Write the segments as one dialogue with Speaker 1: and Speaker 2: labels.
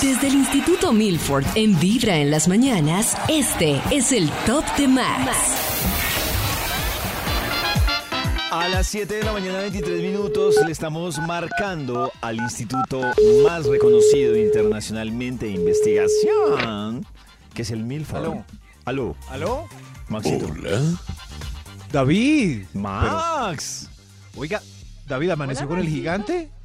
Speaker 1: Desde el Instituto Milford en Vibra en las mañanas, este es el Top de Max.
Speaker 2: A las 7 de la mañana, 23 minutos, le estamos marcando al instituto más reconocido internacionalmente de investigación, que es el Milford.
Speaker 3: Aló.
Speaker 2: Aló,
Speaker 3: ¿Aló?
Speaker 2: Maxito.
Speaker 4: David,
Speaker 2: ¡Max!
Speaker 4: oiga, David amaneció con el gigante.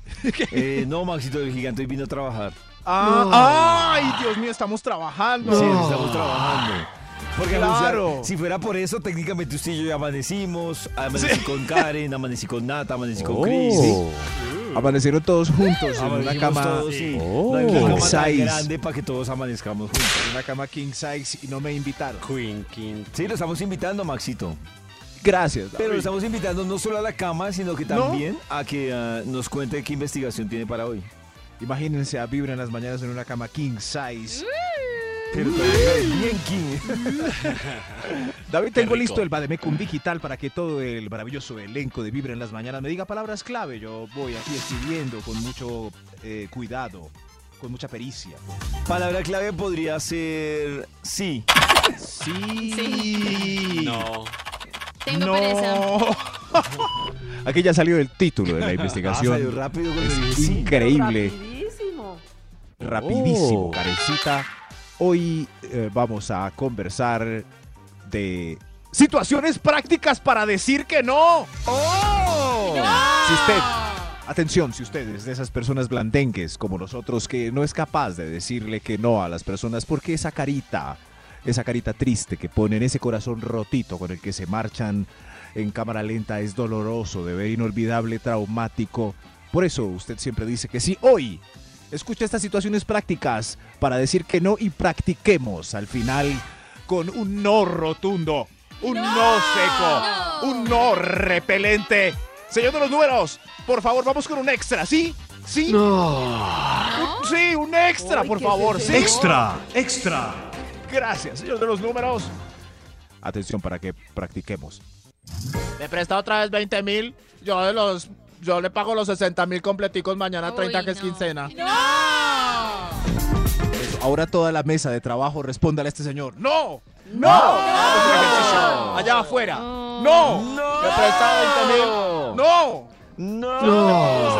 Speaker 2: Eh, no, Maxito, el gigante hoy vino a trabajar.
Speaker 4: Ah, ay, Dios mío, estamos trabajando.
Speaker 2: Sí, estamos trabajando. Porque
Speaker 4: Claro.
Speaker 2: o sea, si fuera por eso, técnicamente usted y yo ya amanecimos. Amanecí con Karen, amanecí con Nata, amanecí
Speaker 4: Oh.
Speaker 2: con Chris.
Speaker 4: Amanecieron Uh. todos juntos en una
Speaker 2: Amanecimos
Speaker 4: cama,
Speaker 2: todos, sí.
Speaker 4: Oh.
Speaker 2: No hay una cama tan
Speaker 4: Size.
Speaker 2: grande para que todos amanezcamos juntos.
Speaker 4: en una cama king size y no me invitaron.
Speaker 2: Sí, lo estamos invitando, Maxito.
Speaker 4: Gracias. David.
Speaker 2: Pero lo estamos invitando no solo a la cama, sino que también a que ah, nos cuente qué investigación tiene para hoy.
Speaker 4: Imagínense a Vibra en las mañanas en una cama king size.
Speaker 2: Pero
Speaker 4: Mm.
Speaker 2: todavía bien king.
Speaker 4: David, tengo listo el Bademecum digital para que todo el maravilloso elenco de Vibra en las mañanas me diga palabras clave. Yo voy aquí escribiendo con mucho eh, cuidado, con mucha pericia.
Speaker 2: Palabra clave podría ser sí.
Speaker 4: Sí.
Speaker 5: No.
Speaker 6: Tengo pereza.
Speaker 4: Aquí ya salió el título de la
Speaker 2: Ah,
Speaker 4: investigación.
Speaker 2: salió rápido cuando dije sí.
Speaker 4: Increíble.
Speaker 7: Rapidísimo.
Speaker 4: Rapidísimo,
Speaker 5: Oh.
Speaker 4: Karencita. Hoy eh, vamos a conversar de situaciones prácticas para decir que no.
Speaker 6: ¡Oh!
Speaker 4: Si usted, atención, si usted es de esas personas blandengues como nosotros que no es capaz de decirle que no a las personas porque esa carita, esa carita triste que ponen, ese corazón rotito con el que se marchan en cámara lenta es doloroso, de ver inolvidable, traumático. Por eso usted siempre dice que sí. Hoy, escucha estas situaciones prácticas para decir que no y practiquemos al final con un no rotundo, un no, seco,
Speaker 6: No.
Speaker 4: un no repelente. Señor de los números, por favor, vamos con un extra, ¿sí? ¿Sí? Un- Sí, un extra, por favor, sí.
Speaker 3: Extra, extra.
Speaker 4: Gracias, señor de los números. Atención para que practiquemos.
Speaker 8: Me presta otra vez 20 mil. Yo de los. Yo le pago los 60 mil completicos mañana, 30
Speaker 6: Uy,
Speaker 8: que es
Speaker 6: no.
Speaker 8: quincena.
Speaker 6: ¡No!
Speaker 4: Ahora toda la mesa de trabajo respóndale a este señor.
Speaker 8: ¡No! ¡No! Allá afuera. ¡No! Me presta 20 mil. ¡No!
Speaker 2: No.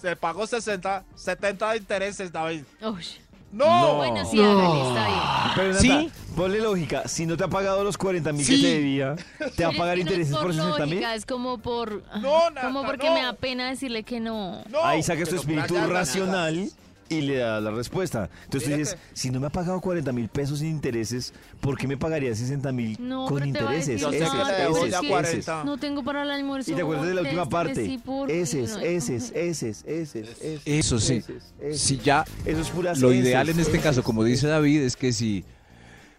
Speaker 8: Se pagó 60, 70 de intereses, David.
Speaker 6: Uy.
Speaker 8: ¡No!
Speaker 6: Bueno, sí, hágale, está bien.
Speaker 2: Ah, Pero Nata,
Speaker 4: Sí.
Speaker 2: ponle lógica. Si no te ha pagado los 40 mil
Speaker 4: Sí.
Speaker 2: que te debía, ¿te va a
Speaker 6: Pero
Speaker 2: pagar
Speaker 6: es que no es
Speaker 2: intereses por 60 mil?
Speaker 6: lógica, Es como por. ah,
Speaker 8: No, Nata,
Speaker 6: como porque
Speaker 8: no.
Speaker 6: me da pena decirle que no.
Speaker 8: ¡No!
Speaker 2: Ahí sacas tu
Speaker 8: Pero por
Speaker 2: espíritu
Speaker 8: allá, Nata.
Speaker 2: racional y le da la respuesta. Entonces tú dices, si no me ha pagado 40 mil pesos sin intereses, ¿por qué me pagaría 60 mil
Speaker 6: No,
Speaker 2: con
Speaker 6: pero te va a
Speaker 2: intereses?
Speaker 6: decir,
Speaker 8: Yo sé
Speaker 2: Eses,
Speaker 8: que te
Speaker 6: Ay,
Speaker 8: debo
Speaker 6: pues
Speaker 2: eses,
Speaker 8: ya
Speaker 6: sí.
Speaker 8: 40.
Speaker 6: No tengo para el almuerzo.
Speaker 2: Y te acuerdas de la última
Speaker 6: Contésteme,
Speaker 2: parte.
Speaker 6: sí, por-
Speaker 2: Eses,
Speaker 6: no,
Speaker 2: eses, eses, eses, eses.
Speaker 9: Eso sí,
Speaker 2: eses, eses.
Speaker 9: si ya
Speaker 2: Eso es puras
Speaker 9: lo
Speaker 2: eses,
Speaker 9: ideal en este
Speaker 2: eses,
Speaker 9: caso, como dice David, es que si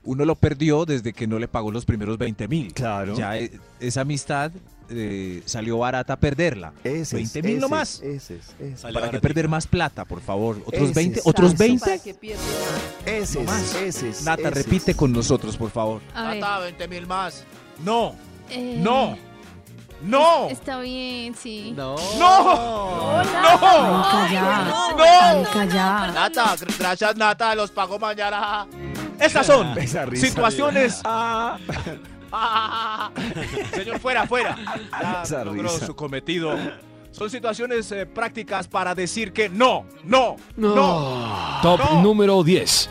Speaker 9: uno lo perdió desde que no le pagó los primeros 20 mil,
Speaker 2: Claro.
Speaker 9: ya eh, esa amistad eh, salió barata perderla.
Speaker 2: Eses,
Speaker 9: 20 mil nomás.
Speaker 2: Eses, eses,
Speaker 5: Sale
Speaker 9: ¿Para qué
Speaker 5: baratito.
Speaker 9: perder más plata, por favor? ¿Otros
Speaker 2: Eses,
Speaker 9: 20? ¿Otros
Speaker 2: esos.
Speaker 7: Para
Speaker 9: 20?
Speaker 7: que pierdas.
Speaker 2: eses, eses,
Speaker 9: Nata,
Speaker 2: eses.
Speaker 9: repite con nosotros, por favor.
Speaker 6: A ver,
Speaker 8: Nata, 20 mil más.
Speaker 4: No,
Speaker 6: eh,
Speaker 4: no, no,
Speaker 6: Está bien, sí.
Speaker 4: no, no.
Speaker 8: Nata, gr- gracias, Nata. Los pago mañana.
Speaker 4: Estas son
Speaker 2: Esa risa. Ah.
Speaker 4: situaciones.
Speaker 8: Señor, fuera, fuera.
Speaker 4: Ya
Speaker 2: Esa
Speaker 4: logró
Speaker 2: risa.
Speaker 4: su cometido. Son situaciones eh, prácticas para decir que no, no, no.
Speaker 5: Top
Speaker 4: No.
Speaker 5: número 10.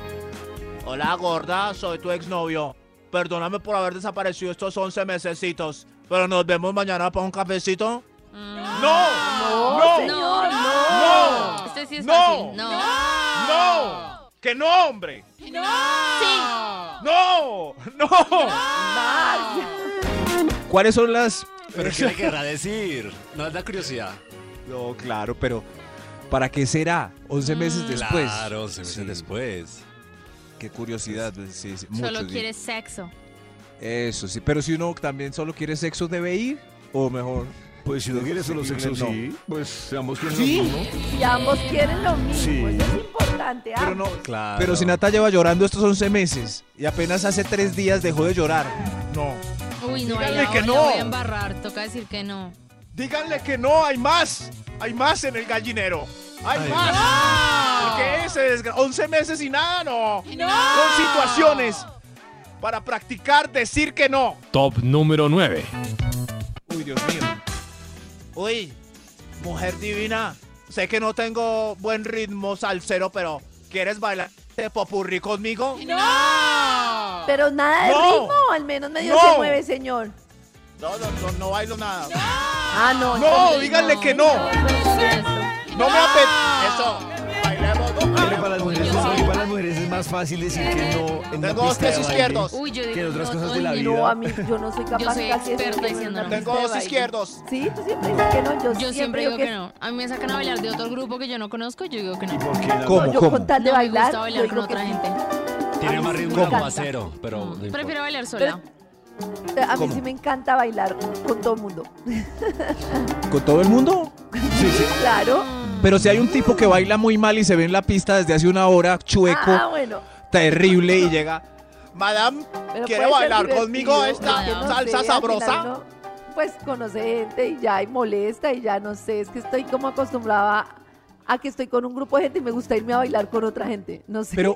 Speaker 8: Hola gorda, soy tu exnovio. Perdóname por haber desaparecido estos 11 mesecitos, pero nos vemos mañana para un cafecito.
Speaker 6: Mm.
Speaker 4: No, no,
Speaker 6: No,
Speaker 4: no.
Speaker 6: no. Este sí es
Speaker 4: No.
Speaker 6: fácil. No.
Speaker 4: no. Que no, hombre.
Speaker 6: Sí.
Speaker 4: No, no. ¿Cuáles son las?
Speaker 5: ¿Pero qué le querrá decir? No es la curiosidad.
Speaker 9: No, claro, pero ¿para qué será? 11 meses después.
Speaker 5: Claro, se me
Speaker 9: Sí.
Speaker 5: después.
Speaker 9: Qué curiosidad. sí, sí, mucho,
Speaker 6: Solo
Speaker 9: sí.
Speaker 6: quieres sexo.
Speaker 9: Eso sí, pero si uno también solo quiere sexo, debe ir. O mejor.
Speaker 2: Pues si no quieres solo
Speaker 9: Sí,
Speaker 2: sexo,
Speaker 9: no.
Speaker 2: sí. Pues seamos quienes
Speaker 9: Sí.
Speaker 2: lo mismo.
Speaker 10: Si ambos quieren lo mismo,
Speaker 2: Sí.
Speaker 6: Pues
Speaker 10: eso es importante.
Speaker 9: Pero no.
Speaker 5: Claro.
Speaker 9: Pero si Nata lleva llorando estos 11 meses y apenas hace 3 días dejó de llorar.
Speaker 4: No.
Speaker 6: Uy, no,
Speaker 4: Díganle
Speaker 6: ahí la-
Speaker 4: que
Speaker 6: la
Speaker 4: no.
Speaker 6: voy a embarrar, toca decir que no.
Speaker 4: Díganle que no, hay más. Hay más en el gallinero. Hay
Speaker 2: Ay,
Speaker 4: más.
Speaker 10: Ah.
Speaker 4: Porque ese desgra- 11 meses y nada, no.
Speaker 6: ¡No!
Speaker 4: Son situaciones para practicar decir que no.
Speaker 7: Top número 9.
Speaker 9: Uy, Dios mío.
Speaker 8: Uy, mujer divina. Sé que no tengo buen ritmo salsero, pero ¿quieres bailar de popurrí conmigo?
Speaker 6: ¡No!
Speaker 10: Pero nada de
Speaker 4: No.
Speaker 10: ritmo, al menos medio
Speaker 4: No.
Speaker 10: se mueve, señor.
Speaker 8: No, no, no, no bailo nada.
Speaker 10: Ah, no.
Speaker 4: No,
Speaker 10: entonces
Speaker 4: díganle que no. No me apetece.
Speaker 10: Ah.
Speaker 8: Eso, bailemos. no,
Speaker 2: Pero
Speaker 8: bailemos.
Speaker 2: para las mujeres,
Speaker 6: Yo-
Speaker 2: porque para las mujeres es más fácil decir que no en una
Speaker 8: Tengo
Speaker 2: pista
Speaker 8: dos
Speaker 2: de
Speaker 8: pies
Speaker 2: baile
Speaker 8: izquierdos.
Speaker 6: Uy, yo
Speaker 2: que
Speaker 6: digo
Speaker 2: en otras
Speaker 6: no,
Speaker 2: cosas
Speaker 6: todo
Speaker 2: de
Speaker 6: el
Speaker 2: la
Speaker 6: día.
Speaker 2: vida.
Speaker 10: No, a mí, yo no soy capaz
Speaker 6: soy
Speaker 10: casi de
Speaker 6: experta
Speaker 10: subirme
Speaker 6: diciendo
Speaker 10: a una
Speaker 6: no.
Speaker 10: pista
Speaker 8: Tengo
Speaker 10: de
Speaker 8: dos
Speaker 10: Este baile.
Speaker 8: izquierdos.
Speaker 10: Sí, tú siempre dices que no. Yo,
Speaker 6: Yo siempre digo que no. A mí me sacan a bailar de otro grupo que yo no conozco, yo digo que no.
Speaker 2: ¿Y
Speaker 6: No
Speaker 2: por qué la-
Speaker 9: ¿Cómo?
Speaker 10: Yo con tal de
Speaker 6: me
Speaker 10: bailar,
Speaker 6: gusta
Speaker 10: yo
Speaker 6: bailar con
Speaker 10: creo que
Speaker 6: otra
Speaker 10: sí.
Speaker 6: gente.
Speaker 5: Tiene
Speaker 10: Ay,
Speaker 5: más
Speaker 10: sí,
Speaker 5: ritmo
Speaker 10: me
Speaker 5: un
Speaker 10: encanta.
Speaker 5: aguacero, pero
Speaker 6: No,
Speaker 5: no importa.
Speaker 6: prefiero bailar sola.
Speaker 10: A mí sí me encanta bailar con todo el mundo.
Speaker 9: ¿Con todo el mundo?
Speaker 10: Claro.
Speaker 9: Pero si hay un tipo que baila muy mal y se ve en la pista desde hace una hora, chueco,
Speaker 10: Ah, bueno.
Speaker 9: terrible, y llega.
Speaker 8: Madame,
Speaker 10: Pero
Speaker 8: ¿quiere
Speaker 10: puede ser
Speaker 8: bailar
Speaker 10: divertido,
Speaker 8: conmigo
Speaker 6: Ah,
Speaker 8: esta
Speaker 10: porque no sé,
Speaker 8: salsa
Speaker 10: al
Speaker 8: sabrosa?
Speaker 10: final no, pues conoce gente y ya, y molesta y ya, no sé, es que estoy como acostumbrada a que estoy con un grupo de gente y me gusta irme a bailar con otra gente, no sé.
Speaker 9: Pero,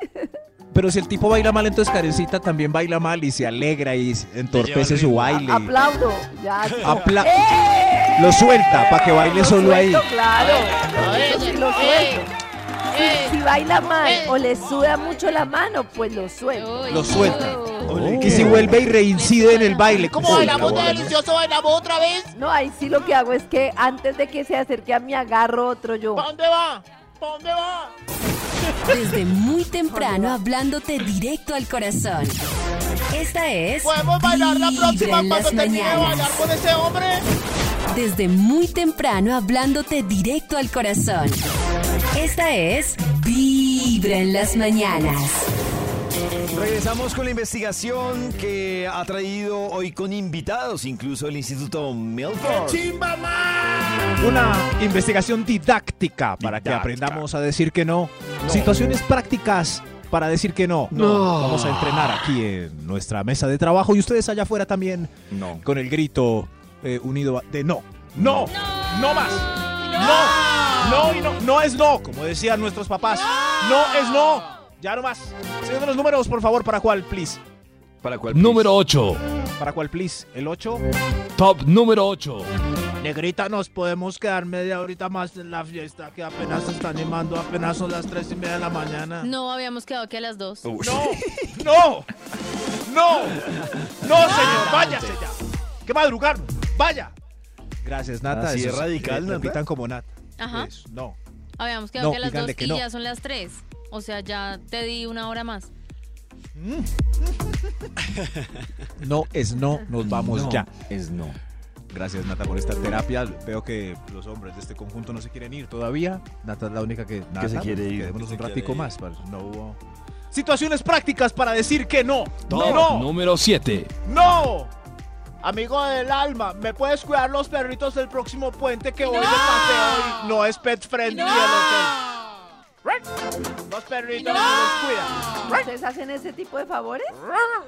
Speaker 9: pero si el tipo baila mal, entonces Karencita también baila mal y se alegra y s- entorpece
Speaker 5: el
Speaker 9: su
Speaker 5: ritmo.
Speaker 10: A-
Speaker 9: baile.
Speaker 10: aplaudo, ya.
Speaker 9: Apla-
Speaker 10: ¡Eh!
Speaker 9: Lo suelta para que baile
Speaker 10: Lo
Speaker 9: solo ahí.
Speaker 10: suelto, Claro,
Speaker 6: Ay,
Speaker 10: Eso sí
Speaker 6: ay,
Speaker 10: lo
Speaker 6: ay,
Speaker 10: suelto.
Speaker 6: ay.
Speaker 10: Si baila mal
Speaker 6: Eh.
Speaker 10: o le suda mucho la mano, pues lo suelto.
Speaker 6: Uy,
Speaker 9: Lo suelta.
Speaker 6: uy.
Speaker 9: Y si vuelve y reincide en el baile.
Speaker 8: ¿Cómo
Speaker 9: Uy,
Speaker 8: bailamos
Speaker 9: la
Speaker 8: de
Speaker 9: bola.
Speaker 8: delicioso? ¿Bailamos otra vez?
Speaker 10: No, ahí sí lo que hago es que antes de que se acerque a mí agarro otro yo.
Speaker 8: ¿Para dónde va? ¿Para dónde va?
Speaker 1: Desde muy temprano hablándote directo al corazón. Esta es.
Speaker 8: ¿Podemos bailar la
Speaker 1: Vibra
Speaker 8: próxima
Speaker 1: en
Speaker 8: cuando
Speaker 1: las
Speaker 8: termine de
Speaker 1: mañanas.
Speaker 8: bailar con ese hombre?
Speaker 1: Desde muy temprano hablándote directo al corazón. Esta es. Vibra en las mañanas.
Speaker 2: Oh. Regresamos con la investigación que ha traído hoy con invitados, incluso el Instituto Milford.
Speaker 9: Una investigación didáctica para que
Speaker 2: Didáctica.
Speaker 9: aprendamos a decir que no. Situaciones prácticas para decir que no. Vamos a entrenar aquí en nuestra mesa de trabajo y ustedes allá afuera también
Speaker 2: No.
Speaker 9: con el grito eh, unido a- de no.
Speaker 4: No, no más. No, no y no. No es no, como decían nuestros papás. No es no. Ya no más. Señor de los números, por favor, para cuál, please.
Speaker 2: ¿Para cuál?
Speaker 7: Número 8.
Speaker 4: Para cuál, please. El 8.
Speaker 7: Top número 8.
Speaker 8: Negrita, nos podemos quedar media horita más en la fiesta que apenas se está animando, apenas son las tres y media de la mañana.
Speaker 6: No, habíamos quedado aquí a las dos.
Speaker 4: No, no, no, no, señor, váyase ya. Que madrugar, vaya.
Speaker 9: Gracias, Nata.
Speaker 2: Así
Speaker 9: Eso
Speaker 2: es
Speaker 9: sí,
Speaker 2: radical,
Speaker 9: eh,
Speaker 2: Nata.
Speaker 9: Repitan como Nata.
Speaker 6: Ajá.
Speaker 9: Eso, no.
Speaker 6: Habíamos
Speaker 9: pues. No,
Speaker 6: quedado que a las
Speaker 9: díganle
Speaker 6: dos
Speaker 9: que
Speaker 6: y
Speaker 9: no.
Speaker 6: ya son las tres. O sea, ya te di una hora más.
Speaker 9: No es no, nos vamos
Speaker 2: No,
Speaker 9: ya.
Speaker 2: Es no.
Speaker 9: Gracias, Nata, por esta terapia. Veo que los hombres de este conjunto no se quieren ir todavía. Nata es la única que, Nata,
Speaker 2: se quiere ir.
Speaker 9: Quedémonos un ratico más. para- No hubo-
Speaker 4: Situaciones prácticas para decir que no.
Speaker 7: Top
Speaker 4: No,
Speaker 7: número 7.
Speaker 8: ¡No! Amigo del alma, ¿me puedes cuidar los perritos del próximo puente que voy de paseo y no es pet friendly el hotel? ¡Ruah! Los perritos no los cuidan.
Speaker 10: ¿Ustedes hacen ese tipo de favores?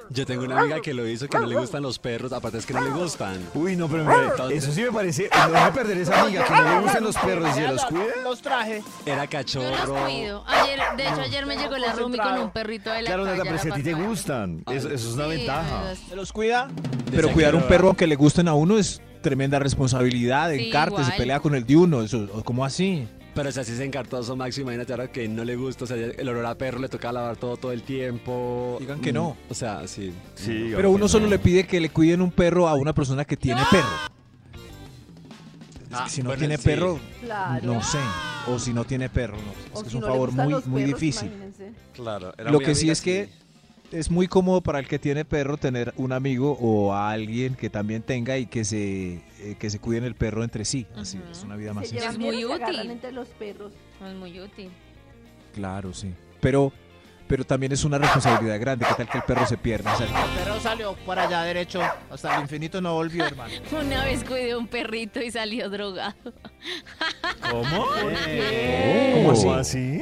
Speaker 5: Yo tengo una amiga que lo hizo que no le gustan los perros, aparte es que no le gustan.
Speaker 2: pues, Uy, no, pero mire,
Speaker 5: Entonces-
Speaker 2: eso sí me parece. No voy a perder esa amiga que no le gustan los perros y se los cuida.
Speaker 8: Los traje.
Speaker 5: Era
Speaker 6: Yo los
Speaker 5: cachorro.
Speaker 6: cuido. Ayer, de hecho, ayer me llegó la Rumi con un perrito de la
Speaker 2: Claro, Nata,
Speaker 6: calle
Speaker 2: pero es que a ti te
Speaker 6: pastora.
Speaker 2: gustan. Eso, eso es una
Speaker 6: Sí,
Speaker 2: ventaja.
Speaker 6: amigos.
Speaker 8: ¿Se los cuida?
Speaker 9: Pero
Speaker 5: Decía
Speaker 9: cuidar
Speaker 5: que
Speaker 9: un
Speaker 5: no-
Speaker 9: perro aunque le gusten a uno es tremenda responsabilidad.
Speaker 6: Sí,
Speaker 9: Encarte, se
Speaker 6: igual.
Speaker 9: pelea con el de uno. Eso, ¿Cómo así?
Speaker 5: Pero si así se encartoso, Max, imagínate ahora que no le gusta. O sea, el olor a perro le toca lavar todo todo el tiempo.
Speaker 9: Digan que no.
Speaker 5: O sea, sí.
Speaker 2: Sí,
Speaker 9: Pero uno solo le pide que le cuiden un perro a una persona que tiene perro. Es
Speaker 5: Ah,
Speaker 9: que si no
Speaker 5: bueno,
Speaker 9: tiene
Speaker 5: sí.
Speaker 9: perro,
Speaker 10: Claro.
Speaker 9: no sé. O si no tiene perro, no sé. Es
Speaker 10: O
Speaker 9: que es
Speaker 10: si
Speaker 9: un
Speaker 10: no le
Speaker 9: favor
Speaker 10: gustan
Speaker 9: muy,
Speaker 10: los
Speaker 9: muy
Speaker 10: perros,
Speaker 9: difícil.
Speaker 10: imagínense.
Speaker 5: Claro. era
Speaker 9: Lo
Speaker 5: muy
Speaker 9: que sí
Speaker 5: amiga,
Speaker 9: es que es muy cómodo para el que tiene perro tener un amigo o a alguien que también tenga y que se, eh, que se cuiden el perro entre sí. Así
Speaker 6: Ujú.
Speaker 9: es una vida
Speaker 10: Se
Speaker 9: más sencilla.
Speaker 10: llevan
Speaker 6: Es muy
Speaker 10: bien, se agarran
Speaker 6: útil.
Speaker 10: entre los perros.
Speaker 6: No es muy útil.
Speaker 9: Claro, sí. Pero pero también es una responsabilidad grande. ¿Qué tal que el perro se pierda? O sea,
Speaker 8: El perro salió para allá derecho, hasta el infinito no volvió, hermano.
Speaker 6: Una vez cuidé a un perrito y salió drogado.
Speaker 2: ¿Cómo?
Speaker 9: ¿Cómo así?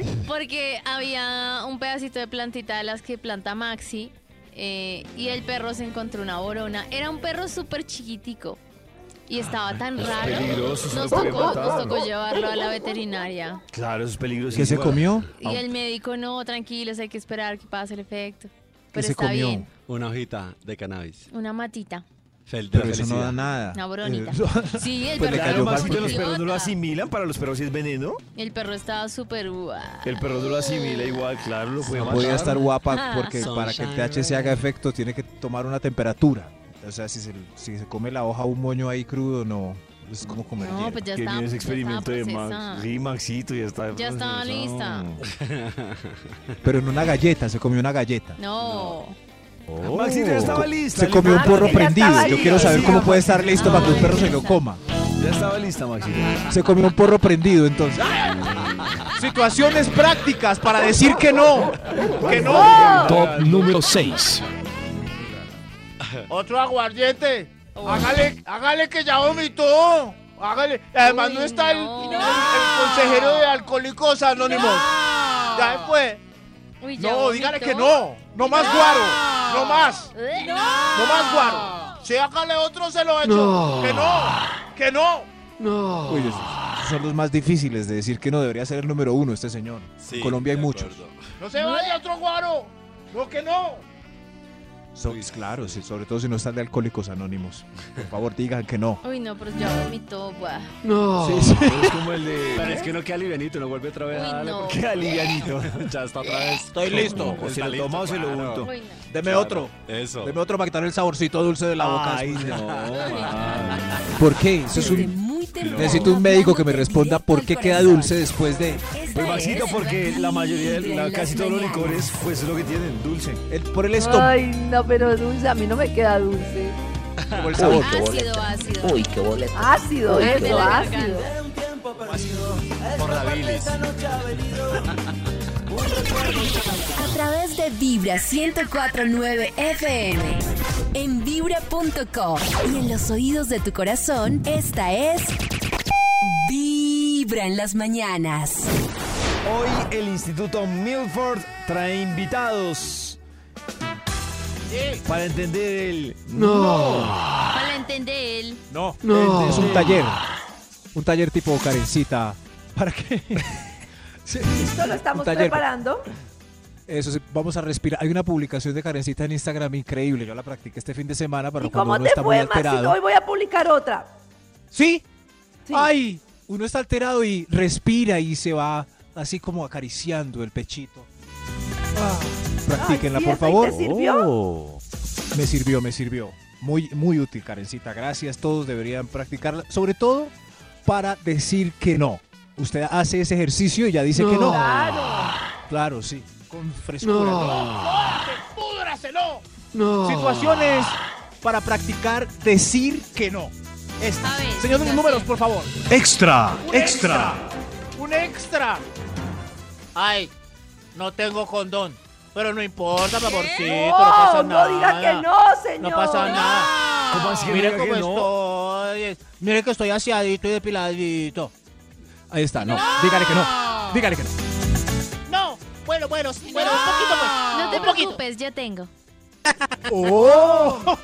Speaker 2: así?
Speaker 6: Porque había un pedacito de plantita de las que planta Maxi eh, y el perro se encontró una borona. Era un perro súper chiquitico y estaba tan raro.
Speaker 2: peligroso, se
Speaker 6: Nos
Speaker 2: lo puede
Speaker 6: tocó,
Speaker 2: matar.
Speaker 6: nos tocó llevarlo a la veterinaria.
Speaker 2: Claro, eso es peligroso.
Speaker 9: ¿Qué se comió?
Speaker 6: Y el médico, no, tranquilos, hay que esperar que pase el efecto. Pero
Speaker 9: se
Speaker 6: está
Speaker 9: comió?
Speaker 6: bien,
Speaker 5: Mm, Una hojita de cannabis.
Speaker 6: una matita,
Speaker 5: Fel de la
Speaker 9: Pero eso no
Speaker 5: felicidad.
Speaker 9: da nada. Eh,
Speaker 6: una boronita. Sí, el
Speaker 9: Pues
Speaker 2: Claro,
Speaker 9: le cayó
Speaker 6: perro
Speaker 9: mal
Speaker 6: estaba
Speaker 2: Maxito,
Speaker 6: súper
Speaker 2: los perros no lo
Speaker 6: idiota.
Speaker 2: asimilan. Para los perros sí es veneno.
Speaker 6: El perro estaba súper guau.
Speaker 2: El perro no lo asimila igual, claro, lo puede
Speaker 9: No
Speaker 2: matar.
Speaker 9: podía estar
Speaker 6: Ah.
Speaker 9: guapa porque
Speaker 5: Sunshine
Speaker 9: para que el THC
Speaker 5: Ray.
Speaker 9: haga efecto tiene que tomar una temperatura. O sea, si se, si se come la hoja un moño ahí crudo, no. Es como comer
Speaker 6: No,
Speaker 9: hielo.
Speaker 6: pues ya
Speaker 2: Qué
Speaker 6: estaba,
Speaker 2: miedo ese experimento
Speaker 6: ya
Speaker 2: de
Speaker 6: estaba
Speaker 2: Max.
Speaker 6: procesada.
Speaker 2: Sí, Maxito, ya está.
Speaker 6: Ya estaba
Speaker 2: procesado.
Speaker 9: Pero en una galleta, se comió una galleta.
Speaker 6: No.
Speaker 2: Maxito ya estaba lista.
Speaker 9: Oh, Se comió un
Speaker 10: Maxito
Speaker 9: porro
Speaker 10: ya
Speaker 9: prendido.
Speaker 10: estaba
Speaker 9: Yo
Speaker 10: listo.
Speaker 9: quiero saber
Speaker 2: Sí,
Speaker 9: cómo
Speaker 2: ya,
Speaker 9: puede estar listo para que un
Speaker 6: Ay,
Speaker 9: perro se lo
Speaker 6: Dios.
Speaker 9: coma.
Speaker 2: Ya estaba lista, Maxito.
Speaker 6: Ah.
Speaker 9: Se comió un porro prendido, entonces.
Speaker 4: Situaciones prácticas para decir que no. Que no.
Speaker 7: Top número 6.
Speaker 8: Otro aguardiente. Hágale, hágale que ya vomitó. Hágale. Y Además,
Speaker 6: Uy,
Speaker 8: no está el,
Speaker 6: no.
Speaker 8: el- el consejero de Alcohólicos Anónimos. Ya fue.
Speaker 6: Uy, ya
Speaker 8: No,
Speaker 6: vomitó.
Speaker 8: dígale que no. No más guaro. No más. No más guaro. Si hágale otro, se lo echo. Que no. Que no.
Speaker 9: Uy, esos son los más difíciles de decir que no debería ser el número uno este señor. en Colombia hay muchos.
Speaker 8: No se vaya otro guaro. No, que no.
Speaker 9: So- claro, sí, sobre todo si no están de Alcohólicos Anónimos. Por favor, digan que no.
Speaker 6: Uy, no, pero ya vomitó. buah.
Speaker 2: Es como el de.
Speaker 5: Pero es que uno queda livianito, no vuelve otra vez a
Speaker 6: Uy,
Speaker 5: darle.
Speaker 6: no.
Speaker 5: porque alivianito. ya está otra vez. Estoy
Speaker 2: listo. O se lo toma o se lo unto.
Speaker 6: Uy, no.
Speaker 9: Deme otro.
Speaker 5: Eso.
Speaker 9: Deme otro para quitar el saborcito dulce de la boca.
Speaker 2: Ay, no, Max.
Speaker 9: ¿Por qué? Eso es
Speaker 1: Desde
Speaker 9: un-
Speaker 1: muy temprano,
Speaker 9: necesito un médico que me
Speaker 1: hablándote
Speaker 9: responda
Speaker 1: directo
Speaker 9: por
Speaker 1: al
Speaker 9: qué queda
Speaker 1: corazón.
Speaker 9: dulce después de...
Speaker 1: Esta
Speaker 2: Pues Maxito,
Speaker 1: es
Speaker 2: porque la mayoría, de-
Speaker 1: Vibra
Speaker 2: la-
Speaker 1: en
Speaker 2: casi
Speaker 1: las
Speaker 2: todos los
Speaker 1: mañanas.
Speaker 2: licores, pues es lo que tienen, dulce.
Speaker 9: el- por el estómago,
Speaker 10: Ay, no, pero dulce, a mí no me queda dulce.
Speaker 9: por el sabor.
Speaker 6: Ácido, ácido.
Speaker 10: Ácido,
Speaker 6: Desde
Speaker 10: eso,
Speaker 6: la
Speaker 10: ácido.
Speaker 6: garganta.
Speaker 5: Por la bilis.
Speaker 1: A través de Vibra 104.9 FM. En vibra.com. Y en los oídos de tu corazón, esta es... Vibra en las mañanas.
Speaker 2: Hoy el Instituto Milford trae invitados para entender el
Speaker 6: Para entender él.
Speaker 9: No, es
Speaker 10: Ah.
Speaker 9: un taller. Un taller tipo Karencita. ¿Para qué?
Speaker 10: Esto lo estamos
Speaker 9: Un taller.
Speaker 10: preparando.
Speaker 9: Eso sí, vamos a respirar. Hay una publicación de Karencita en Instagram increíble. Yo la practiqué este fin de semana para
Speaker 10: ¿Y
Speaker 9: cuando
Speaker 10: cómo
Speaker 9: uno
Speaker 10: te
Speaker 9: está muy
Speaker 10: fue, Maxito?
Speaker 9: alterado.
Speaker 10: Hoy voy a publicar otra.
Speaker 9: ¿Sí?
Speaker 10: Sí.
Speaker 9: ¡Ay! Uno está alterado y respira y se va así como acariciando el pechito. Ah, practíquenla,
Speaker 10: Ay, sí,
Speaker 9: por
Speaker 10: ¿eso ahí
Speaker 9: favor. Oh.
Speaker 10: te sirvió?
Speaker 9: Me sirvió, me sirvió. Muy, muy útil, Karencita. Gracias. Todos deberían practicarla. Sobre todo para decir que no. Usted hace ese ejercicio y ya dice que no.
Speaker 10: Claro.
Speaker 9: Claro, sí. Con frescura.
Speaker 8: ¡Púdraselo!
Speaker 9: Situaciones para practicar decir que no.
Speaker 6: A ver.
Speaker 8: Señor de los
Speaker 6: ya
Speaker 8: números,
Speaker 6: sé.
Speaker 8: por favor.
Speaker 3: Extra, extra.
Speaker 8: ¡Un extra! Ay, no tengo condón. Pero no importa, mi amorcito, Oh, no
Speaker 10: No,
Speaker 8: pasa
Speaker 10: no
Speaker 8: nada.
Speaker 10: diga que no, señor.
Speaker 8: No pasa nada.
Speaker 2: ¿Cómo así que
Speaker 8: Mire
Speaker 2: diga
Speaker 8: cómo
Speaker 2: que no?
Speaker 8: estoy. Mire que estoy aseadito y depiladito.
Speaker 9: Ahí está, no. Dígale que no. Dígale que no.
Speaker 8: No, bueno, bueno, sí, bueno, un poquito pues.
Speaker 6: No te
Speaker 8: un poquito.
Speaker 6: preocupes, ya tengo.
Speaker 9: ¡Oh!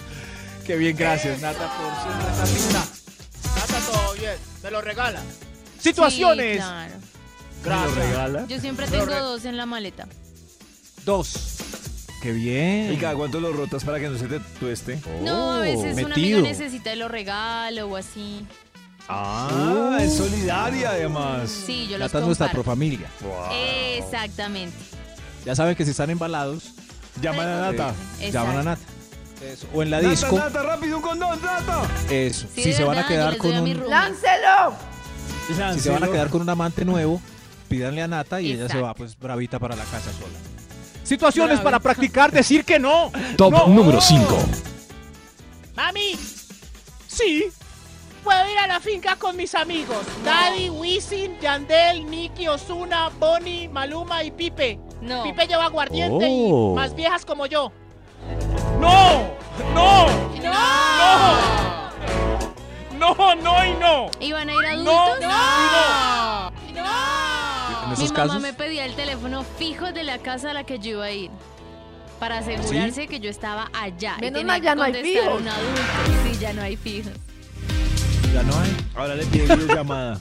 Speaker 9: Qué bien, gracias, Nata, por su ratacita.
Speaker 8: Está todo bien, me lo regala.
Speaker 6: Sí,
Speaker 9: Situaciones.
Speaker 6: claro.
Speaker 8: Gracias.
Speaker 6: Yo siempre tengo dos en la maleta.
Speaker 9: Dos. Qué bien.
Speaker 2: ¿Y cada cuánto lo rotas para que no se te tueste?
Speaker 6: no, a veces un
Speaker 9: metido.
Speaker 6: amigo necesita y lo regalo o así.
Speaker 2: Ah, es solidaria además.
Speaker 6: Sí, yo los
Speaker 9: Nata es nuestra
Speaker 6: comparto.
Speaker 9: profamilia.
Speaker 6: Exactamente.
Speaker 9: Ya saben que si están embalados,
Speaker 2: Llaman a Nata.
Speaker 6: Exacto.
Speaker 9: llaman a Nata. Eso. O en la
Speaker 2: Nata,
Speaker 9: disco.
Speaker 2: Nata, rápido, un condón, Nata.
Speaker 9: Eso.
Speaker 6: Sí,
Speaker 9: si
Speaker 6: de
Speaker 9: se van a
Speaker 6: verdad, yo
Speaker 9: quedar
Speaker 6: les doy
Speaker 9: con
Speaker 6: a mi
Speaker 9: un,
Speaker 6: roomie.
Speaker 10: ¡Láncelo!
Speaker 9: si se van a quedar con un amante nuevo, pídanle a Nata y ella se
Speaker 6: Exacto.
Speaker 9: va pues bravita para la casa sola.
Speaker 4: Situaciones
Speaker 6: Bravo.
Speaker 4: para practicar decir que no.
Speaker 7: Top
Speaker 4: No.
Speaker 7: número 5.
Speaker 8: Mami,
Speaker 4: Sí.
Speaker 8: puedo ir a la finca con mis amigos. Daddy, Wisin, Yandel, Nicky, Osuna, Bonnie, Maluma y Pipe.
Speaker 6: No.
Speaker 11: Pipe lleva aguardiente
Speaker 12: Oh.
Speaker 11: y más viejas como yo.
Speaker 12: ¡No! ¡No!
Speaker 11: ¡No!
Speaker 12: ¡No, no y no!
Speaker 6: ¿Y van a ir adultos?
Speaker 12: No,
Speaker 6: ¡No!
Speaker 9: En
Speaker 6: Mi
Speaker 9: esos
Speaker 6: mamá
Speaker 9: casos.
Speaker 6: me pedía el teléfono fijo de la casa a la que yo iba a ir para
Speaker 9: ¿Ah,
Speaker 6: asegurarse que yo estaba allá. y
Speaker 10: Menos
Speaker 6: tenía
Speaker 10: mal,
Speaker 6: que
Speaker 10: ya no hay
Speaker 6: contestar
Speaker 10: fijos.
Speaker 6: un adulto. Sí, ya no hay fijos.
Speaker 2: Ya no hay. Ahora le piden videollamada.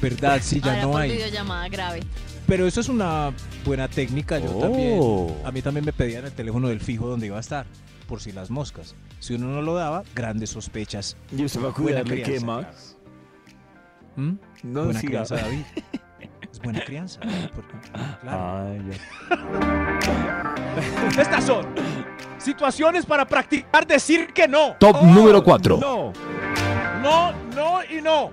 Speaker 9: ¿Verdad? Sí, ya
Speaker 6: Ahora
Speaker 9: no
Speaker 6: por
Speaker 9: hay.
Speaker 6: videollamada grave.
Speaker 9: Pero eso es una buena técnica. Yo
Speaker 12: Oh.
Speaker 9: también. A mí también me pedían el teléfono del fijo donde iba a estar, por si las moscas. Si uno no lo daba, grandes sospechas.
Speaker 2: ¿Y usted va a
Speaker 9: Buena
Speaker 2: cuidarle qué
Speaker 9: crianza,
Speaker 2: más?
Speaker 9: claro. ¿Mm?
Speaker 2: No, ah.
Speaker 9: buena
Speaker 2: siga.
Speaker 9: crianza, David. Es buena crianza. porque- claro.
Speaker 8: Estas son situaciones para practicar decir que no.
Speaker 7: Top número 4.
Speaker 8: No. No, no y no.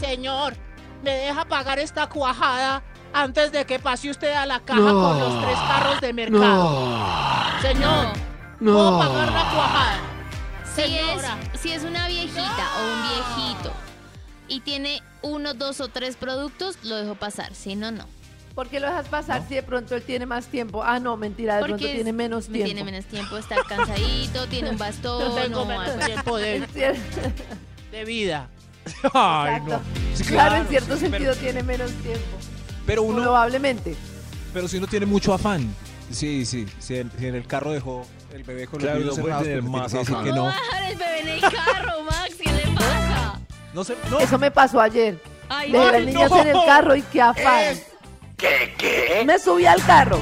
Speaker 11: Señor, ¿me deja pagar esta cuajada antes de que pase usted a la caja con los tres carros de mercado? Señor,
Speaker 12: No.
Speaker 11: ¿puedo pagar la cuajada?
Speaker 6: Si es,
Speaker 11: Señora.
Speaker 6: si es una viejita o un viejito y tiene uno, dos o tres productos, lo dejo pasar. Si no, no.
Speaker 10: ¿Por qué lo dejas pasar si de pronto él tiene más tiempo? Ah, no, mentira, de
Speaker 6: Porque
Speaker 10: pronto
Speaker 6: es-
Speaker 10: tiene menos tiempo.
Speaker 6: Tiene menos tiempo, está cansadito, tiene un bastón.
Speaker 11: No tengo
Speaker 6: o
Speaker 11: menos
Speaker 6: algo.
Speaker 11: tiempo de, de vida.
Speaker 9: Ay,
Speaker 10: Exacto.
Speaker 9: Sí,
Speaker 10: claro,
Speaker 9: claro,
Speaker 10: en cierto
Speaker 9: sí,
Speaker 10: sentido
Speaker 9: pero-
Speaker 10: tiene menos tiempo.
Speaker 9: Pero uno.
Speaker 10: Probablemente.
Speaker 9: Pero si uno tiene mucho afán. Sí, sí. Si en, si en el carro dejó el bebé con
Speaker 2: Claro,
Speaker 9: los
Speaker 2: no
Speaker 9: vidrios
Speaker 2: puede
Speaker 9: cerrados,
Speaker 2: tener
Speaker 9: pues me
Speaker 2: más
Speaker 9: tiene que
Speaker 2: afán.
Speaker 9: decir que
Speaker 6: ¿Cómo
Speaker 9: no.
Speaker 6: va a dejar el bebé en el carro, Max? ¿Qué le pasa?
Speaker 9: No sé.
Speaker 10: Eso me pasó ayer.
Speaker 6: Ay,
Speaker 10: Dejé a las
Speaker 6: no.
Speaker 10: niñas en el carro y qué afán. Me subí al carro.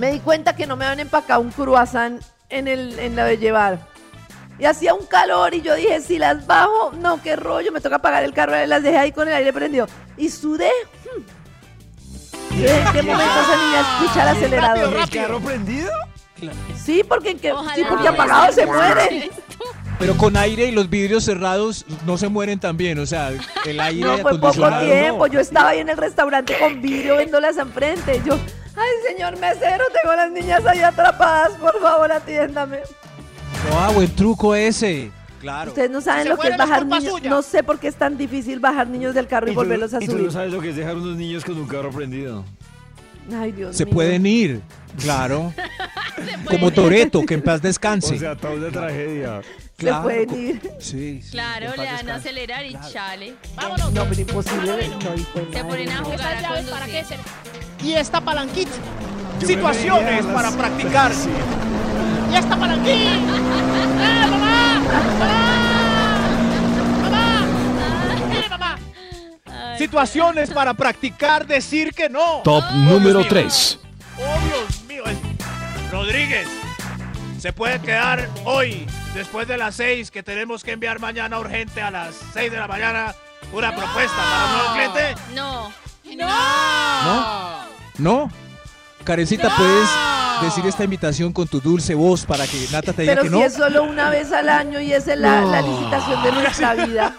Speaker 10: Me di cuenta que no me habían empacado un croissant en, el, en la de llevar. Y hacía un calor y yo dije, si las bajo, no, qué rollo, me toca pagar el carro. Las dejé ahí con el aire prendido. Y sudé. hmm. Yo dije, ¿En qué momento esa niña escucha el acelerador?
Speaker 2: ¿El carro prendido?
Speaker 10: Sí, porque, en que, sí,
Speaker 6: Ojalá
Speaker 10: porque
Speaker 6: no
Speaker 10: apagado se
Speaker 6: escuche
Speaker 10: muere.
Speaker 6: esto.
Speaker 9: Pero con aire y los vidrios cerrados no se mueren también. O sea, el aire
Speaker 10: No fue poco
Speaker 9: acondicionado.
Speaker 10: tiempo.
Speaker 9: no.
Speaker 10: Yo estaba ahí en el restaurante con vidrio viéndolas enfrente. Yo, ay, señor mesero, tengo las niñas ahí atrapadas. Por favor, atiéndame.
Speaker 9: No, ah, buen truco ese. Claro.
Speaker 10: Ustedes no saben
Speaker 11: Se
Speaker 10: lo que es
Speaker 11: mueren, es
Speaker 10: bajar
Speaker 11: culpa
Speaker 10: niños.
Speaker 11: suya.
Speaker 10: No sé por qué es tan difícil bajar niños del carro y,
Speaker 2: tú-
Speaker 10: volverlos a
Speaker 2: y tú no
Speaker 10: subir.
Speaker 2: sabes lo que es dejar unos niños con un carro prendido.
Speaker 10: Ay, Dios
Speaker 9: Se
Speaker 10: mío.
Speaker 9: pueden ir. Claro. Como
Speaker 6: Pueden-
Speaker 9: Toreto, que en paz descanse.
Speaker 2: O sea, toda una tragedia.
Speaker 9: Claro,
Speaker 10: pueden
Speaker 9: co-
Speaker 10: ir.
Speaker 9: Sí, sí,
Speaker 6: Claro,
Speaker 9: en
Speaker 6: le
Speaker 9: paz
Speaker 6: dan a
Speaker 9: descanse.
Speaker 6: acelerar y chale.
Speaker 11: Vámonos.
Speaker 10: No, pero imposible. No, hijo de
Speaker 6: Se
Speaker 10: madre,
Speaker 6: ponen a
Speaker 10: no.
Speaker 6: jugar
Speaker 11: Esas
Speaker 6: a
Speaker 11: llaves para qué
Speaker 6: conducir.
Speaker 11: se... Y esta palanquita.
Speaker 8: Situaciones para practicar.
Speaker 11: Y esta palanquita. ¡Eh, mamá! ¡Mamá! ¡Mamá! ¡Mire, mamá!
Speaker 8: Situaciones para practicar decir que no.
Speaker 7: Top número 3.
Speaker 8: Oh, Dios mío. es- Rodríguez, se puede quedar hoy, después de las seis, que tenemos que enviar mañana urgente a las seis de la mañana una propuesta para un nuevo cliente.
Speaker 6: No.
Speaker 9: ¿No? ¿No? Karencita, puedes decir esta invitación con tu dulce voz para que Nata te diga
Speaker 10: Pero
Speaker 9: que
Speaker 10: si
Speaker 9: no.
Speaker 10: es solo una vez al año y esa es la, la licitación de nuestra vida.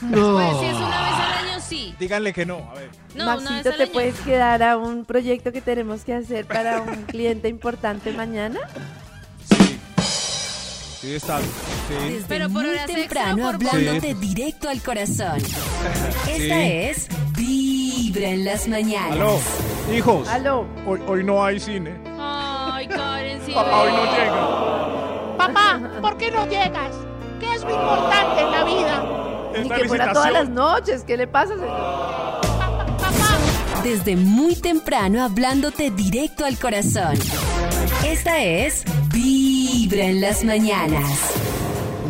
Speaker 6: Pues si es una vez al año, sí.
Speaker 9: Díganle que no. A ver.
Speaker 6: No, una vez
Speaker 10: Maxito,
Speaker 6: al
Speaker 10: ¿te
Speaker 6: año.
Speaker 10: puedes quedar a un proyecto que tenemos que hacer para un cliente importante mañana?
Speaker 9: Sí, está. Sí.
Speaker 1: Desde
Speaker 6: Pero por
Speaker 1: muy
Speaker 6: horas extra,
Speaker 1: temprano
Speaker 6: por
Speaker 1: hablándote directo al corazón. Esta es Vibra en las mañanas.
Speaker 4: Aló,
Speaker 9: Pues,
Speaker 4: hijos.
Speaker 10: Aló.
Speaker 4: Hoy, hoy no hay cine.
Speaker 6: Ay, Karen, sí.
Speaker 4: Papá, hoy no llega.
Speaker 11: Papá, ¿por qué no llegas? ¿Qué es lo importante en la vida?
Speaker 10: Ni
Speaker 4: Esta
Speaker 10: que fuera todas
Speaker 4: licitación.
Speaker 10: las noches. ¿Qué le pasa, señor?
Speaker 1: Desde muy temprano hablándote directo al corazón. Esta es Vibra en las mañanas.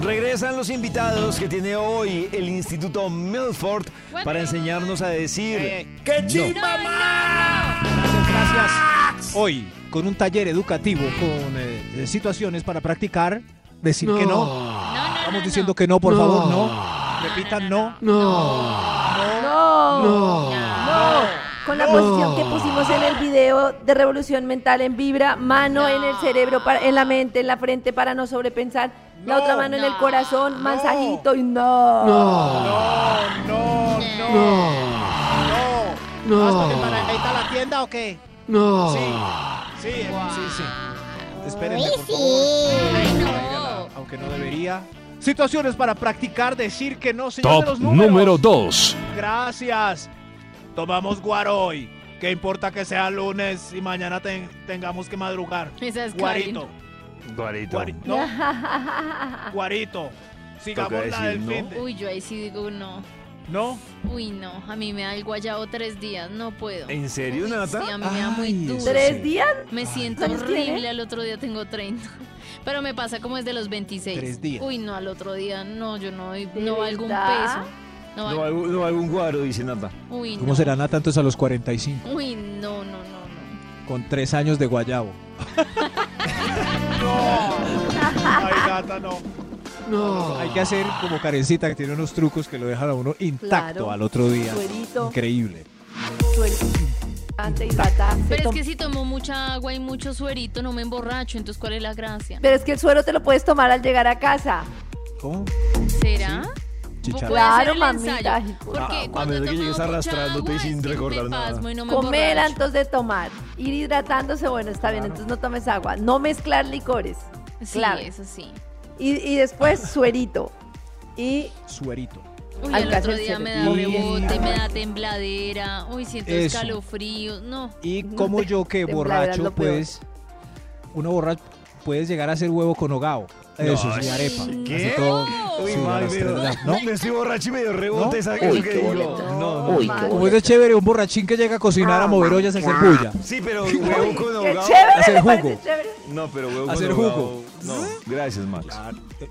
Speaker 2: Regresan los invitados que tiene hoy el Instituto Milford para enseñarnos a decir.
Speaker 8: ¡Qué
Speaker 9: Hoy, con un taller educativo con eh, situaciones para practicar, decir que no.
Speaker 6: No, no,
Speaker 9: Estamos
Speaker 6: no,
Speaker 9: diciendo
Speaker 6: no.
Speaker 9: que no, por
Speaker 7: No.
Speaker 9: favor, no. Repitan no.
Speaker 10: No.
Speaker 7: No.
Speaker 10: No, con la posición que pusimos en el video de revolución mental en vibra, mano en el cerebro, para- en la mente, en la frente para no sobrepensar, la
Speaker 8: No.
Speaker 10: otra mano en el
Speaker 6: No.
Speaker 10: corazón, masajito y no.
Speaker 8: No, no, no, no.
Speaker 5: No.
Speaker 11: ¿Hasta que para ahí está la tienda o qué?
Speaker 5: No.
Speaker 8: Sí, sí, sí, sí.
Speaker 9: eh, Espérenme, por favor.
Speaker 6: Ay, no.
Speaker 9: Aunque no debería.
Speaker 8: Situaciones para practicar decir que no, señor de
Speaker 7: Top
Speaker 8: los números.
Speaker 7: número 2.
Speaker 8: Gracias. Tomamos guaro hoy. ¿Qué importa que sea lunes y mañana ten- tengamos que madrugar?
Speaker 6: Esa es
Speaker 8: Guarito.
Speaker 2: Guarito.
Speaker 8: Guarito. No, Guarito. Sigamos la del
Speaker 2: decir no.
Speaker 8: fin de-
Speaker 6: Uy, yo ahí sí digo no.
Speaker 8: ¿No?
Speaker 6: Uy, no. A mí me da el guayabo tres días. No puedo.
Speaker 2: ¿En serio,
Speaker 6: Uy,
Speaker 2: Nata?
Speaker 6: sí, a mí me da muy
Speaker 2: Ay,
Speaker 6: duro.
Speaker 2: eso ¿Tres sí.
Speaker 10: días?
Speaker 6: Me siento
Speaker 10: ¿Cuántos años tiene?
Speaker 6: horrible. Al otro día tengo 30. Pero me pasa como desde los 26.
Speaker 2: Tres días.
Speaker 6: Uy, no, al otro día no, yo no, doy- no valgo un
Speaker 10: verdad?
Speaker 6: peso. No
Speaker 2: No,
Speaker 6: valgo-
Speaker 2: algún, no, algún guaro, dice Nata.
Speaker 6: Uy,
Speaker 9: ¿Cómo
Speaker 6: no.
Speaker 9: será Nata entonces a los 45?
Speaker 6: Uy, no, no, no.
Speaker 9: Con tres años de guayabo.
Speaker 8: Ay, gata, no.
Speaker 9: No. Hay que hacer como Karencita que tiene unos trucos que lo dejan a uno intacto
Speaker 10: Claro.
Speaker 9: al otro día.
Speaker 10: Suerito.
Speaker 9: Increíble.
Speaker 10: Antes hidratarse.
Speaker 6: Pero es
Speaker 10: tom-
Speaker 6: que si tomo mucha agua y mucho suerito, no me emborracho. Entonces, ¿cuál es la gracia?
Speaker 10: Pero es que el suero te lo puedes tomar al llegar a casa.
Speaker 9: ¿Cómo?
Speaker 6: ¿Será?
Speaker 9: Chicharrón.
Speaker 6: Voy a hacer
Speaker 10: Claro,
Speaker 6: el
Speaker 10: mamita.
Speaker 6: ensayo, Porque
Speaker 2: A- a
Speaker 6: cuando
Speaker 2: menos que llegues
Speaker 6: he tomado mucha
Speaker 2: arrastrándote y
Speaker 6: agua,
Speaker 2: sin
Speaker 6: es que me
Speaker 2: recordar nada.
Speaker 6: pasmo y no me
Speaker 10: Comer
Speaker 6: emborracho.
Speaker 10: antes de tomar. Ir hidratándose, bueno, está bien, entonces no tomes agua. No mezclar licores.
Speaker 6: Sí,
Speaker 10: clave.
Speaker 6: eso sí.
Speaker 10: Y, y después suerito. Y
Speaker 9: Suerito.
Speaker 6: Uy,
Speaker 10: Al
Speaker 6: al
Speaker 10: caso
Speaker 6: otro
Speaker 10: el
Speaker 6: día me da
Speaker 9: cerebro.
Speaker 6: rebote, me da tembladera, uy, siento
Speaker 9: Eso.
Speaker 6: escalofríos, no.
Speaker 9: Y como yo que
Speaker 10: te empalagas
Speaker 9: borracho,
Speaker 10: lo peor.
Speaker 9: pues, uno borracho puedes llegar a hacer huevo con hogao. Eso, sí, arepa.
Speaker 2: ¿qué?
Speaker 9: Así todo,
Speaker 2: Uy,
Speaker 9: sí, a
Speaker 2: madre,
Speaker 9: las tres de la-
Speaker 2: ¿no?
Speaker 9: ¿no?
Speaker 2: Me estoy borracho y medio rebote.
Speaker 9: ¿No?
Speaker 2: ¿sabes eso que digo? No, no,
Speaker 10: Uy,
Speaker 2: no.
Speaker 10: qué
Speaker 9: Como es de chévere un borrachín que llega a
Speaker 2: Ah,
Speaker 9: cocinar, a mover ollas, a hacer bulla.
Speaker 2: Sí, pero huevo con
Speaker 10: qué
Speaker 2: ahogado.
Speaker 10: chévere,
Speaker 9: Hacer
Speaker 10: me
Speaker 9: jugo.
Speaker 10: parece chévere.
Speaker 2: No, pero huevo con
Speaker 9: Hacer
Speaker 2: ahogado,
Speaker 9: jugo.
Speaker 2: No, gracias, Max.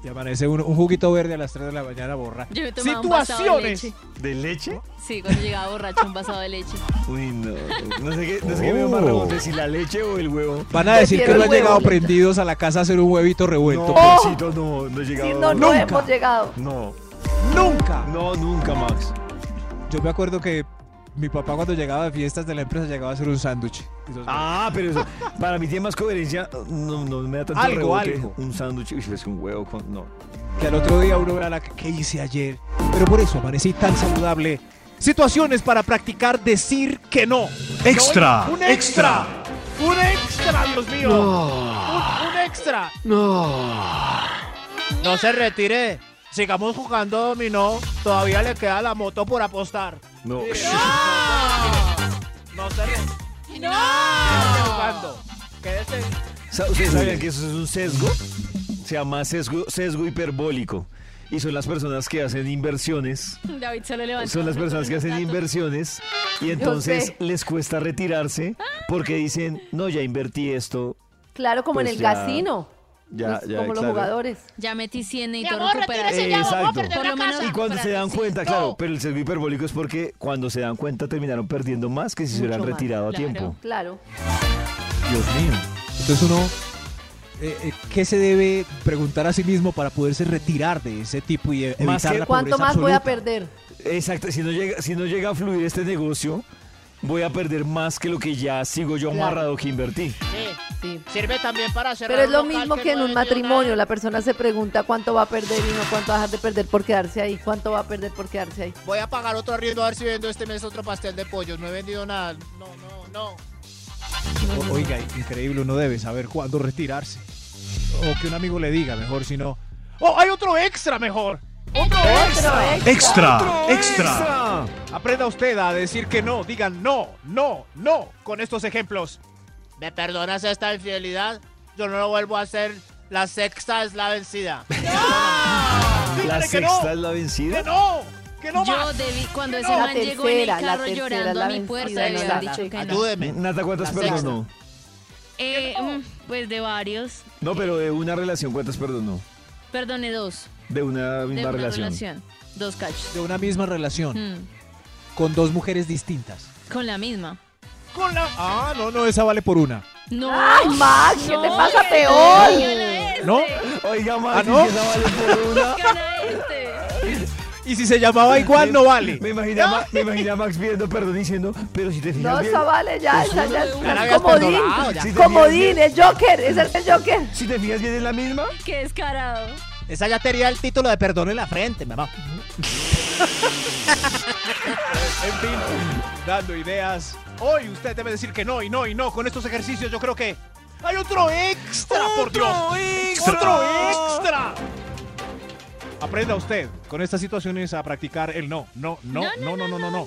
Speaker 9: Y amanece un, un juguito verde a las 3 de la mañana borracho.
Speaker 6: Yo me tomaba un vasado de
Speaker 8: Situaciones.
Speaker 6: leche.
Speaker 2: ¿De leche?
Speaker 6: Sí, cuando llegaba borracho un vasado de leche.
Speaker 2: Uy, no. No sé qué, no sé qué me dio más
Speaker 9: Oh.
Speaker 2: rebote, si la leche o el huevo.
Speaker 9: Van a decir que
Speaker 10: Prefiero
Speaker 9: no han
Speaker 10: el huevo,
Speaker 9: llegado
Speaker 10: Lito.
Speaker 9: prendidos a la casa a hacer un huevito revuelto.
Speaker 2: No, Maxito, no, no he
Speaker 10: Sí,
Speaker 2: llegado.
Speaker 10: no, no
Speaker 9: Nunca.
Speaker 10: hemos llegado.
Speaker 2: No,
Speaker 9: ¡Nunca!
Speaker 2: no, nunca, Max.
Speaker 9: Yo me acuerdo que mi papá cuando llegaba de fiestas de la empresa llegaba a hacer un sándwich. Entonces,
Speaker 2: Ah, pero eso, para mí tiene más coherencia. No, no me da tanto
Speaker 9: Algo,
Speaker 2: rebote.
Speaker 9: algo.
Speaker 2: Un sándwich, uy, es un huevo con. No.
Speaker 9: Que al otro día uno verá la que ¿qué hice ayer. Pero por eso amanecí tan saludable.
Speaker 4: Situaciones para practicar decir que no.
Speaker 3: Extra,
Speaker 8: Un
Speaker 3: extra,
Speaker 8: extra. Un extra, Dios mío. Un, un extra. No se retire. Sigamos jugando dominó. Todavía le queda la moto por apostar.
Speaker 2: No.
Speaker 11: Ah.
Speaker 8: No se retire. Quédese jugando. Quédese.
Speaker 2: Sa- ¿Ustedes sabían que eso es un sesgo? Se llama sesgo, sesgo hiperbólico. Y son las personas que hacen inversiones.
Speaker 6: David solo levantó.
Speaker 2: Son las personas que hacen inversiones y entonces
Speaker 10: sé.
Speaker 2: les cuesta retirarse porque dicen, no, ya invertí esto.
Speaker 10: Claro, como en
Speaker 2: Pues
Speaker 10: el
Speaker 2: ya,
Speaker 10: casino.
Speaker 2: ya,
Speaker 10: Pues
Speaker 2: ya,
Speaker 10: como los
Speaker 2: claro.
Speaker 10: jugadores.
Speaker 6: Ya metí 100 y
Speaker 11: Mi
Speaker 6: todo
Speaker 11: amor, retírese
Speaker 2: Eh,
Speaker 11: ya,
Speaker 6: recuperado.
Speaker 11: vamos a
Speaker 2: exacto.
Speaker 11: perder
Speaker 6: Por
Speaker 11: la
Speaker 6: lo menos-
Speaker 11: casa.
Speaker 2: Y cuando se dan
Speaker 6: Sí,
Speaker 2: cuenta,
Speaker 6: no.
Speaker 2: claro, pero el sesgo hiperbólico es porque cuando se dan cuenta terminaron perdiendo más que si se
Speaker 10: Mucho
Speaker 2: hubieran
Speaker 10: más,
Speaker 2: retirado a
Speaker 6: claro.
Speaker 2: tiempo.
Speaker 10: Claro.
Speaker 2: Dios mío.
Speaker 9: Entonces uno, eh, eh, ¿qué se debe preguntar a sí mismo para poderse retirar de ese tipo y e- evitar
Speaker 2: Más que-
Speaker 9: la
Speaker 10: ¿Cuánto
Speaker 9: pobreza
Speaker 10: más voy a
Speaker 9: absoluta?
Speaker 10: perder?
Speaker 2: Exacto, si no, llega, si no llega a fluir este negocio, voy a perder más que lo que ya sigo yo
Speaker 10: Claro.
Speaker 2: amarrado que invertí.
Speaker 11: Sí,
Speaker 10: Sí.
Speaker 11: Sirve también para cerrar
Speaker 10: Pero es lo
Speaker 11: un local
Speaker 10: mismo que en
Speaker 11: no
Speaker 10: un
Speaker 11: vendió
Speaker 10: matrimonio.
Speaker 11: nada.
Speaker 10: La persona se pregunta cuánto va a perder y no cuánto va a dejar de perder por quedarse ahí. ¿Cuánto va a perder por quedarse ahí?
Speaker 8: Voy a pagar otro arriendo a ver si vendo este mes otro pastel de pollo. No he vendido nada. No, no, no.
Speaker 9: O- Oiga, increíble, uno debe saber cuándo retirarse. O que un amigo le diga, mejor si no.
Speaker 8: ¡Oh, hay otro extra mejor!
Speaker 10: Otro ex.
Speaker 3: extra, extra,
Speaker 8: Aprenda usted a decir que no. Digan no, no, no con estos ejemplos. ¿Me perdonas esta infidelidad? Yo no lo vuelvo a hacer. La sexta es la vencida.
Speaker 2: La
Speaker 8: Dígale que
Speaker 2: sexta
Speaker 8: no.
Speaker 2: es la
Speaker 8: ¡Que
Speaker 2: vencida.
Speaker 8: no! ¡Que no
Speaker 6: Yo
Speaker 8: más!
Speaker 6: debí, cuando ese
Speaker 10: La
Speaker 6: man llegó en el
Speaker 10: tercera, la
Speaker 6: carro
Speaker 10: tercera,
Speaker 6: llorando
Speaker 10: la
Speaker 6: a mi
Speaker 10: vencida,
Speaker 6: puerta, le
Speaker 10: no,
Speaker 6: habían
Speaker 10: la-
Speaker 6: dicho que no.
Speaker 8: Ayúdeme.
Speaker 2: Nata, ¿cuántas
Speaker 8: La
Speaker 2: perdonó?
Speaker 6: Eh, mm, pues de varios,
Speaker 2: No, pero de una relación, ¿cuántas perdonó?
Speaker 6: perdone dos,
Speaker 2: De una
Speaker 6: de
Speaker 2: misma
Speaker 6: una
Speaker 2: relación.
Speaker 6: relación. dos cachos.
Speaker 9: De una misma relación,
Speaker 6: Mm,
Speaker 9: con dos mujeres distintas.
Speaker 6: con la misma.
Speaker 8: Con la...
Speaker 9: Ah, no, no, esa vale por una.
Speaker 6: No.
Speaker 10: ¡Ay, Max! ¿Qué te
Speaker 6: no,
Speaker 10: pasa
Speaker 6: que
Speaker 10: peor?
Speaker 6: traigan a
Speaker 9: ¿No?
Speaker 6: este,
Speaker 2: Oiga,
Speaker 9: ¿Ah,
Speaker 2: Max,
Speaker 9: no?
Speaker 2: que esa vale por una.
Speaker 6: traigan a este.
Speaker 9: Y si se llamaba igual, no vale.
Speaker 2: Me imaginé, a Ma- me imaginé a Max pidiendo perdón diciendo, pero si te fijas
Speaker 10: No,
Speaker 2: bien,
Speaker 10: esa vale ya. Esa ya es
Speaker 8: la
Speaker 10: es
Speaker 8: habías
Speaker 10: comodín.
Speaker 8: perdonado ya.
Speaker 2: Sí, te
Speaker 10: Comodín, el Joker. Ese es el Joker.
Speaker 2: si te fijas bien es la misma.
Speaker 6: Qué descarado.
Speaker 8: Esa ya tenía el título de perdón en la frente, mamá.
Speaker 9: En fin, dando ideas.
Speaker 8: Hoy usted debe decir que no y no y no. Con estos ejercicios yo creo que... ¡Hay otro extra, por Dios!
Speaker 2: extra!
Speaker 8: ¡Otro extra!
Speaker 9: Aprenda usted con estas situaciones a practicar el no, no, no, no, no, no, no, no.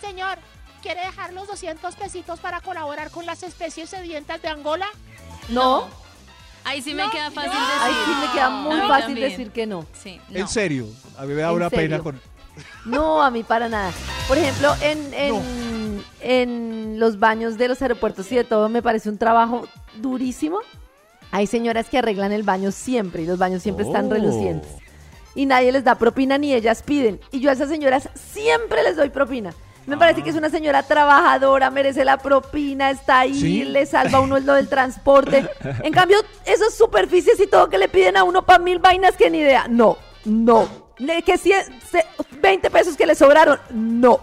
Speaker 11: Señor, ¿Quiere dejar los 200 pesitos para colaborar con las especies sedientas de Angola?
Speaker 10: No.
Speaker 6: Ahí sí me queda fácil
Speaker 10: no.
Speaker 6: decir.
Speaker 10: Ahí sí me queda muy
Speaker 6: A mí
Speaker 10: fácil
Speaker 6: también.
Speaker 10: decir que no.
Speaker 6: Sí.
Speaker 9: En serio, a mí me da
Speaker 10: ¿En
Speaker 9: una pena
Speaker 10: serio?
Speaker 9: con...
Speaker 10: No, a mí para nada. Por ejemplo, en, en, en los baños de los aeropuertos y de todo me parece un trabajo durísimo. Hay señoras que arreglan el baño siempre y los baños siempre están
Speaker 13: Oh.
Speaker 10: relucientes. Y nadie les da propina ni ellas piden. Y yo a esas señoras siempre les doy propina. Me parece que es una señora trabajadora, merece la propina, está ahí,
Speaker 13: ¿Sí?
Speaker 10: le salva a uno lo del transporte. En cambio, esas superficies y todo que le piden a uno para mil vainas que ni idea. No, no. Le- Que cien- se- 20 pesos que le sobraron. No,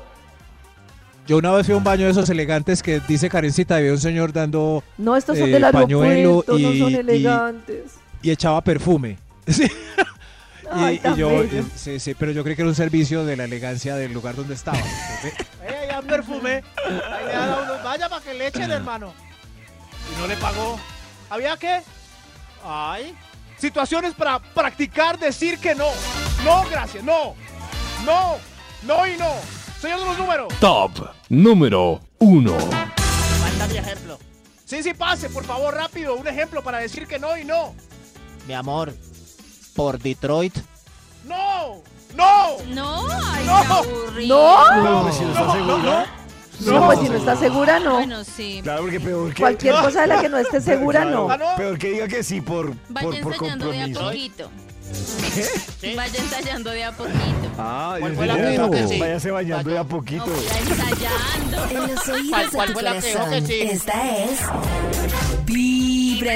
Speaker 9: Yo una vez fui a un baño de esos elegantes que dice Karencita, había un señor dando
Speaker 10: no, estos son
Speaker 9: eh,
Speaker 10: del
Speaker 9: pañuelo
Speaker 10: aeropuerto, no
Speaker 9: y,
Speaker 10: son
Speaker 9: y-
Speaker 10: elegantes.
Speaker 9: y echaba perfume. Sí. Y-
Speaker 10: Ay,
Speaker 9: y,
Speaker 10: tan
Speaker 9: yo,
Speaker 10: bello.
Speaker 9: eh, sí, sí, pero yo creí que era un servicio de la elegancia del lugar donde estaba. Entonces,
Speaker 8: ¡Eh, ya perfumé! Ahí le dan a uno, Vaya para que le echen, hermano. Y no le pagó. ¿Había qué? ¡Ay! Situaciones para practicar decir que no. No, gracias, no. No, no y no. Señor de los números.
Speaker 7: Top número 1.
Speaker 8: Falta mi ejemplo. Sí, sí, pase, por favor, rápido. Un ejemplo para decir que no y no.
Speaker 14: Mi amor, por Detroit.
Speaker 8: ¡No! ¡No!
Speaker 6: No, ay,
Speaker 8: No.
Speaker 6: qué aburrido.
Speaker 10: No.
Speaker 2: No, pues si no está
Speaker 10: No,
Speaker 2: segura.
Speaker 10: No, pues si no está segura, no.
Speaker 6: Bueno, sí.
Speaker 2: Claro, porque peor que.
Speaker 10: Cualquier cosa de la que no esté segura, ¿Ah, no.
Speaker 2: Claro, Peor que diga que sí por, por,
Speaker 6: Vaya
Speaker 2: por
Speaker 6: ensayando de a
Speaker 2: compromiso.
Speaker 6: poquito. Vaya ensayando de a poquito.
Speaker 2: Ah,
Speaker 6: ¿Cuál
Speaker 2: Dios
Speaker 6: fue la
Speaker 2: mío.
Speaker 6: que dijo que sí?
Speaker 2: Váyase bañando de a poquito.
Speaker 1: En los
Speaker 6: ¿Cuál-
Speaker 1: oídos de
Speaker 6: cuál
Speaker 1: tu
Speaker 6: fue la que dijo
Speaker 1: corazón,
Speaker 6: que sí?
Speaker 1: esta es Vibra